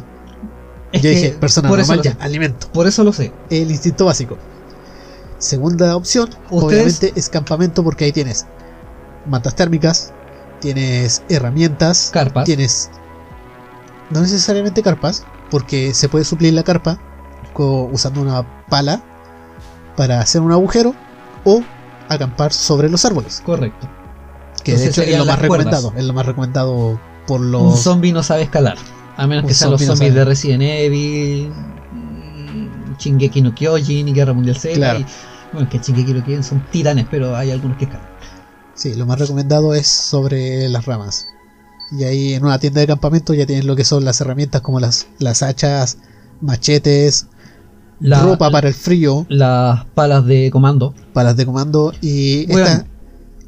Speaker 1: Es
Speaker 2: Yo
Speaker 1: que
Speaker 2: dije, persona
Speaker 1: por
Speaker 2: normal
Speaker 1: eso
Speaker 2: ya,
Speaker 1: lo sé.
Speaker 2: alimento.
Speaker 1: Por eso lo sé.
Speaker 2: El instinto básico. Segunda opción,
Speaker 1: ¿Ustedes?
Speaker 2: obviamente, es campamento porque ahí tienes mantas térmicas, tienes herramientas,
Speaker 1: Carpas.
Speaker 2: tienes no necesariamente carpas, porque se puede suplir la carpa co- usando una pala para hacer un agujero o acampar sobre los árboles,
Speaker 1: Correcto.
Speaker 2: que
Speaker 1: Entonces
Speaker 2: de hecho es
Speaker 1: serían
Speaker 2: lo más
Speaker 1: las cuerdas.
Speaker 2: recomendado, es lo más recomendado por
Speaker 1: Un
Speaker 2: los
Speaker 1: zombie no sabe escalar. A menos
Speaker 2: Un
Speaker 1: que sean los
Speaker 2: zombi no
Speaker 1: zombies
Speaker 2: sabe.
Speaker 1: de Resident Evil, mm, Shingeki no Kyojin y Guerra Mundial Z.
Speaker 2: Claro.
Speaker 1: y- bueno, que Shingeki no Kyojin son titanes, pero hay algunos que escalan.
Speaker 2: Sí, lo más recomendado es sobre las ramas. Y ahí en una tienda de campamento ya tienes lo que son las herramientas como las, las hachas, machetes,
Speaker 1: La-
Speaker 2: ropa para el frío,
Speaker 1: Las palas de comando.
Speaker 2: palas de comando y
Speaker 1: Weón,
Speaker 2: esta-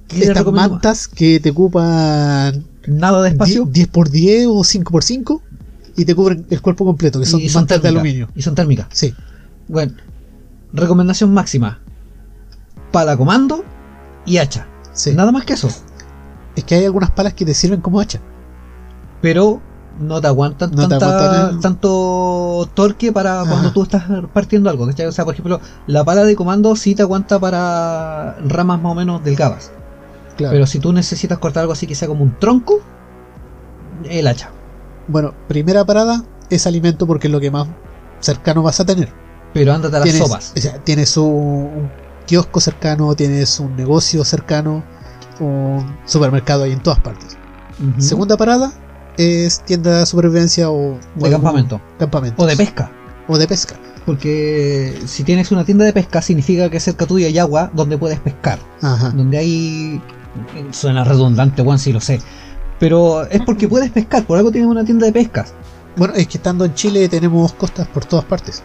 Speaker 1: ¿Qué les
Speaker 2: estas
Speaker 1: recomiendo más?
Speaker 2: mantas que te ocupan
Speaker 1: Nada de espacio.
Speaker 2: 10 por 10 o 5 por 5 y te cubren el cuerpo completo, que son
Speaker 1: y son
Speaker 2: mantas de
Speaker 1: térmicas.
Speaker 2: aluminio.
Speaker 1: Y son térmicas.
Speaker 2: Sí,
Speaker 1: Bueno, recomendación máxima: pala comando y hacha.
Speaker 2: sí.
Speaker 1: Nada más que eso.
Speaker 2: Es que hay algunas palas que te sirven como hacha.
Speaker 1: pero no te aguantan
Speaker 2: No te
Speaker 1: tanta-
Speaker 2: aguantan Ah. el-
Speaker 1: tanto torque para
Speaker 2: Ajá.
Speaker 1: cuando tú estás partiendo algo. ¿cachai? O sea, por ejemplo, la pala de comando sí te aguanta para ramas más o menos delgadas.
Speaker 2: Claro.
Speaker 1: Pero si tú necesitas cortar algo así que sea como un tronco, el hacha.
Speaker 2: Bueno, primera parada es alimento porque es lo que más cercano vas a tener.
Speaker 1: Pero ándate a las
Speaker 2: tienes,
Speaker 1: sopas.
Speaker 2: o sea, tienes un, kiosco cercano, tienes un negocio cercano, un supermercado ahí en todas partes.
Speaker 1: Ujú.
Speaker 2: Segunda parada es tienda de supervivencia o o
Speaker 1: de
Speaker 2: algún
Speaker 1: campamento.
Speaker 2: campamento.
Speaker 1: O de pesca.
Speaker 2: O de pesca.
Speaker 1: Porque si tienes una tienda de pesca, significa que cerca tuya hay agua donde puedes pescar.
Speaker 2: Ajá.
Speaker 1: donde hay. Suena redundante, Juan, sí lo sé. Pero es porque puedes pescar, por algo tienes una tienda de pescas.
Speaker 2: Bueno, es que estando en Chile tenemos costas por todas partes.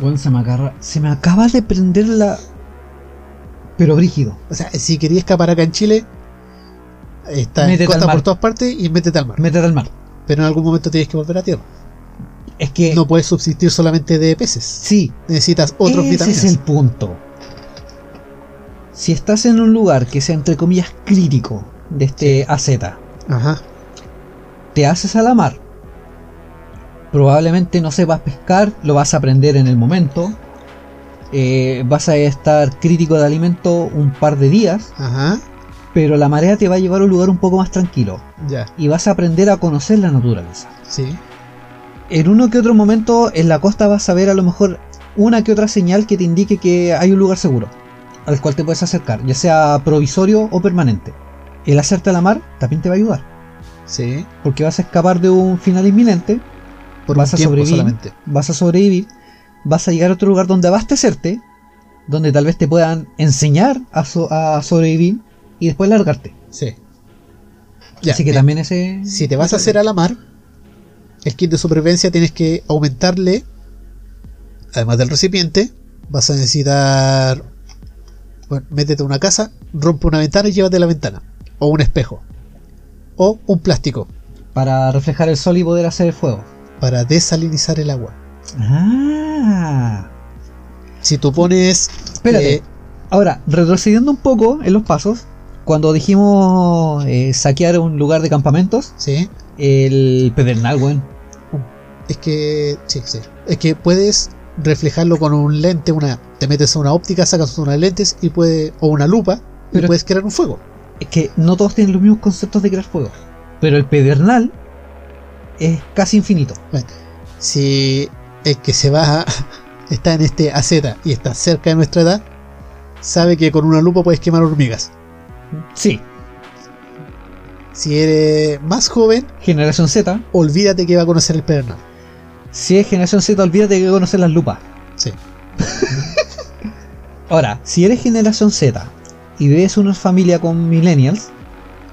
Speaker 1: Juan, se me agarra. Se me acaba de prender la. Pero brígido.
Speaker 2: O sea, si querías escapar acá en Chile, está en
Speaker 1: Métete al
Speaker 2: costas
Speaker 1: mar.
Speaker 2: por todas partes y métete al mar.
Speaker 1: Métete al mar.
Speaker 2: Pero en algún momento tienes que volver a tierra.
Speaker 1: Es que.
Speaker 2: No puedes subsistir solamente de peces.
Speaker 1: Sí,
Speaker 2: Necesitas otros
Speaker 1: ese
Speaker 2: vitaminas.
Speaker 1: es el punto. Si estás en un lugar que sea entre comillas crítico de este AZ,
Speaker 2: Ajá.
Speaker 1: te haces a la mar. Probablemente no sepas pescar, lo vas a aprender en el momento. Eh, vas a estar crítico de alimento un par de días,
Speaker 2: Ajá.
Speaker 1: pero la marea te va a llevar a un lugar un poco más tranquilo
Speaker 2: Ya.
Speaker 1: y vas a aprender a conocer la naturaleza.
Speaker 2: Sí.
Speaker 1: En uno que otro momento en la costa vas a ver a lo mejor una que otra señal que te indique que hay un lugar seguro al cual te puedes acercar, ya sea provisorio o permanente. El hacerte a la mar también te va a ayudar,
Speaker 2: Sí.
Speaker 1: porque vas a escapar de un final inminente
Speaker 2: Por un
Speaker 1: Vas a
Speaker 2: tiempo
Speaker 1: sobrevivir.
Speaker 2: solamente.
Speaker 1: vas a sobrevivir, vas a llegar a otro lugar donde abastecerte, donde tal vez te puedan enseñar a, so- a sobrevivir y después largarte.
Speaker 2: Sí. Ya,
Speaker 1: Así que
Speaker 2: mira,
Speaker 1: también ese...
Speaker 2: Si te vas a hacer a la mar, el kit de supervivencia tienes que aumentarle, además del recipiente, vas a necesitar. Bueno, métete a una casa, rompe una ventana y llévate la ventana. O un espejo. O un plástico
Speaker 1: Para reflejar el sol y poder hacer el fuego.
Speaker 2: para desalinizar el agua.
Speaker 1: Ah.
Speaker 2: Si tú pones.
Speaker 1: Espérate.
Speaker 2: eh,
Speaker 1: Ahora, retrocediendo un poco en los pasos, cuando dijimos eh, saquear un lugar de campamentos,
Speaker 2: sí.
Speaker 1: el pedernal, weón.
Speaker 2: Es que. Sí, sí. Es que puedes reflejarlo con un lente, una. Te metes a una óptica, sacas unas lentes y puede. o una lupa y
Speaker 1: Pero-
Speaker 2: puedes crear un fuego.
Speaker 1: Es que no todos tienen los mismos conceptos de crear fuego. Pero el pedernal es casi infinito.
Speaker 2: si el que se va está en este AZ y está cerca de nuestra edad, sabe que con una lupa puedes quemar hormigas.
Speaker 1: Sí.
Speaker 2: Si eres más joven,
Speaker 1: Generación Z,
Speaker 2: olvídate que va a conocer el pedernal.
Speaker 1: Si es generación Z, olvídate que conocer las lupas.
Speaker 2: Sí.
Speaker 1: Ahora, si eres generación Z y ves una familia con millennials,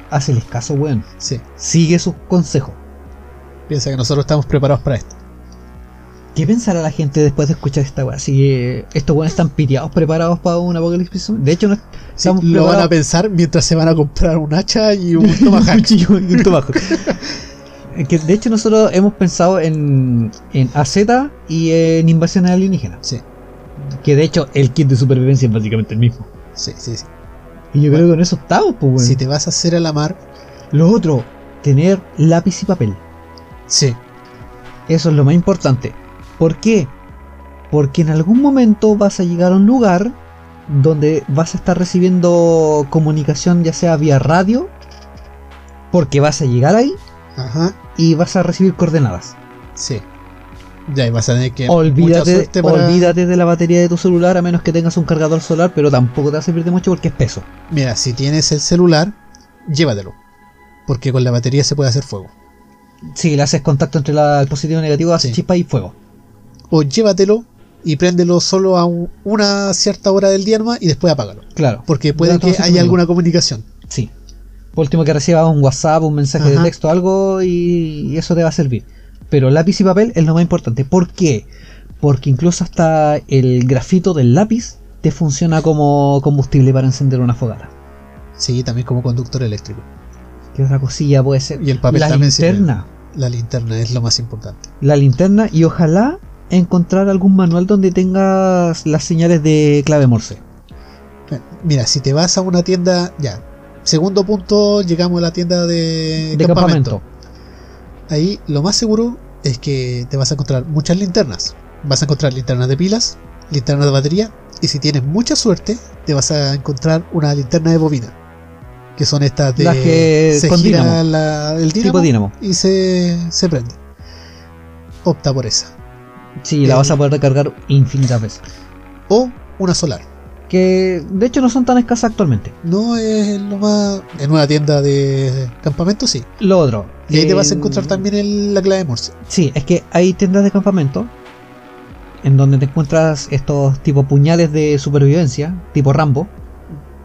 Speaker 1: hazles caso, weón.
Speaker 2: Sí,
Speaker 1: Sigue sus consejos.
Speaker 2: piensa que nosotros estamos preparados para esto.
Speaker 1: ¿Qué pensará la gente después de escuchar esta weá? Si eh, estos weones están piteados, preparados para un apocalipsis zombie. De hecho, no
Speaker 2: Sí,
Speaker 1: estamos
Speaker 2: lo van a
Speaker 1: preparados-
Speaker 2: pensar mientras se van a comprar un hacha y un tomahawk.
Speaker 1: cuchillo y un tomajo. Eh, que de hecho, nosotros hemos pensado en, en AZ y en invasiones alienígenas.
Speaker 2: Sí,
Speaker 1: Que de hecho, el kit de supervivencia es básicamente el mismo.
Speaker 2: sí, sí. sí.
Speaker 1: Y yo
Speaker 2: Bueno.
Speaker 1: creo que en eso estamos, pues, weón.
Speaker 2: Si te vas a hacer a la mar,
Speaker 1: Lo otro, tener lápiz y papel.
Speaker 2: sí.
Speaker 1: Eso es lo más importante. ¿Por qué? Porque en algún momento vas a llegar a un lugar donde vas a estar recibiendo comunicación ya sea vía radio, porque vas a llegar ahí
Speaker 2: Ajá,
Speaker 1: y vas a recibir coordenadas.
Speaker 2: sí. Ya, y vas a tener que. mucha
Speaker 1: Olvídate,
Speaker 2: suerte para-
Speaker 1: olvídate de la batería de tu celular a menos que tengas un cargador solar, pero tampoco te va a servir de mucho porque es peso.
Speaker 2: Mira, si tienes el celular, llévatelo. Porque con la batería se puede hacer fuego.
Speaker 1: Si le haces contacto entre la- el positivo y el negativo, haces
Speaker 2: Sí.
Speaker 1: chispa y fuego.
Speaker 2: O llévatelo y préndelo solo a un- una cierta hora del día nomás y después apágalo.
Speaker 1: Claro.
Speaker 2: Porque puede
Speaker 1: Ya,
Speaker 2: que
Speaker 1: entonces,
Speaker 2: haya
Speaker 1: bueno.
Speaker 2: alguna comunicación.
Speaker 1: Sí. Por último que recibas un WhatsApp, un mensaje de
Speaker 2: Ajá.
Speaker 1: texto, algo y, y eso te va a servir. Pero lápiz y papel es lo más importante. ¿Por qué? Porque incluso hasta el grafito del lápiz te funciona como combustible para encender una fogata.
Speaker 2: Sí, también como conductor eléctrico.
Speaker 1: ¿Qué otra cosilla puede ser?
Speaker 2: Y el papel
Speaker 1: la
Speaker 2: también sirve.
Speaker 1: linterna.
Speaker 2: La linterna es lo más importante.
Speaker 1: La linterna y ojalá encontrar algún manual donde tengas las señales de clave morse.
Speaker 2: Mira, si te vas a una tienda, ya. Segundo punto, llegamos a la tienda de,
Speaker 1: de
Speaker 2: Eh, campamento.
Speaker 1: campamento.
Speaker 2: Ahí lo más seguro es que te vas a encontrar muchas linternas. Vas a encontrar linternas de pilas, linternas de batería y si tienes mucha suerte te vas a encontrar una linterna de bobina. Que son estas de...
Speaker 1: Las que
Speaker 2: se
Speaker 1: con
Speaker 2: gira
Speaker 1: dínamo.
Speaker 2: la- el
Speaker 1: Tipo
Speaker 2: dínamo
Speaker 1: dínamo.
Speaker 2: y se, se prende. Opta por esa.
Speaker 1: Sí, la
Speaker 2: El-
Speaker 1: vas a poder recargar infinitas veces.
Speaker 2: O una solar.
Speaker 1: Que de hecho no son tan escasas actualmente.
Speaker 2: No es lo más... En una tienda de campamento sí.
Speaker 1: Lo otro.
Speaker 2: Y ahí te vas a
Speaker 1: eh,
Speaker 2: encontrar también el- la clave de Morse.
Speaker 1: Sí, es que hay tiendas de campamento en donde te encuentras estos tipo puñales de supervivencia, tipo Rambo,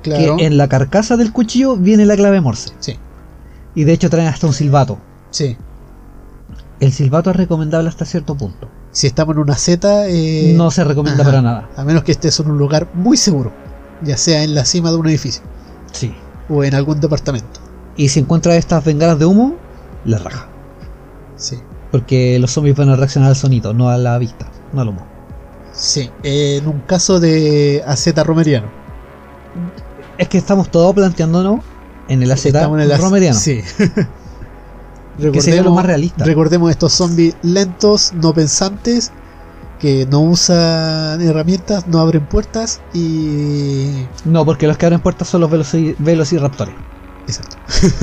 Speaker 2: Claro.
Speaker 1: que en la carcasa del cuchillo viene la clave Morse.
Speaker 2: Sí,
Speaker 1: Y de hecho traen hasta un silbato.
Speaker 2: sí.
Speaker 1: El silbato es recomendable hasta cierto punto.
Speaker 2: Si estamos en una Z... eh,
Speaker 1: no se recomienda
Speaker 2: ajá.
Speaker 1: para nada.
Speaker 2: A menos que estés en un lugar muy seguro, ya sea en la cima de un edificio
Speaker 1: Sí.
Speaker 2: o en algún departamento.
Speaker 1: Y si encuentras estas bengalas de humo, la raja.
Speaker 2: Sí,
Speaker 1: Porque los zombies van a reaccionar al sonido, no a la vista, no al humo.
Speaker 2: sí. Eh, En un caso de AZ Romeriano.
Speaker 1: Es que estamos todos planteándonos en el AZ
Speaker 2: Estamos en el AZ
Speaker 1: romeriano.
Speaker 2: Sí.
Speaker 1: Que sería lo más realista.
Speaker 2: Recordemos estos zombies lentos, no pensantes, que no usan herramientas, no abren puertas y...
Speaker 1: No, porque los que abren puertas son los veloci- velociraptores.
Speaker 2: Exacto.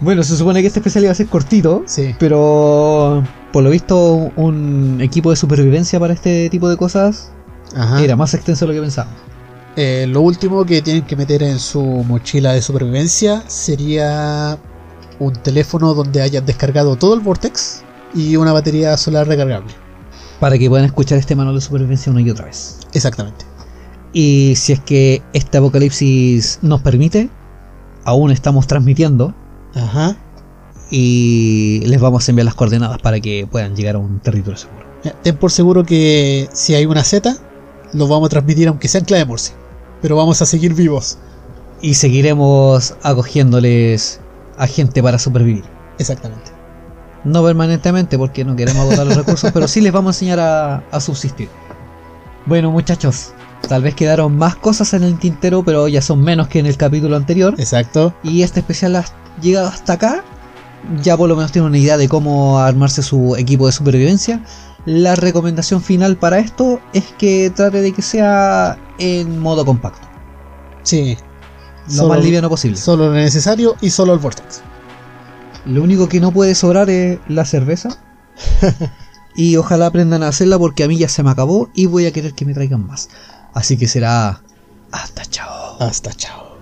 Speaker 1: Bueno, se supone que este especial iba a ser cortito,
Speaker 2: Sí.
Speaker 1: pero por lo visto un equipo de supervivencia para este tipo de cosas
Speaker 2: Ajá.
Speaker 1: era más extenso de lo que pensábamos.
Speaker 2: Eh, lo último que tienen que meter en su mochila de supervivencia sería un teléfono donde hayan descargado todo el Vortex y una batería solar recargable.
Speaker 1: Para que puedan escuchar este manual de supervivencia una y otra vez.
Speaker 2: Exactamente.
Speaker 1: Y si es que este apocalipsis nos permite, aún estamos transmitiendo
Speaker 2: Ajá.
Speaker 1: y les vamos a enviar las coordenadas para que puedan llegar a un territorio seguro.
Speaker 2: Ten por seguro que si hay una Z, lo vamos a transmitir aunque sea en clave Morse. Pero vamos a seguir vivos.
Speaker 1: Y seguiremos acogiéndoles a gente para supervivir.
Speaker 2: Exactamente.
Speaker 1: No permanentemente porque no queremos agotar los recursos, pero sí les vamos a enseñar a, a subsistir. Bueno muchachos, tal vez quedaron más cosas en el tintero, pero ya son menos que en el capítulo anterior.
Speaker 2: Exacto.
Speaker 1: Y este especial ha llegado hasta acá. Ya por lo menos tienen una idea de cómo armarse su equipo de supervivencia. La recomendación final para esto es que trate de que sea en modo compacto.
Speaker 2: Sí.
Speaker 1: Lo más liviano posible.
Speaker 2: Solo lo necesario y solo el Vortex.
Speaker 1: Lo único que no puede sobrar es la cerveza. y ojalá aprendan a hacerla porque a mí ya se me acabó y voy a querer que me traigan más. Así que será... Hasta chao.
Speaker 2: Hasta chao.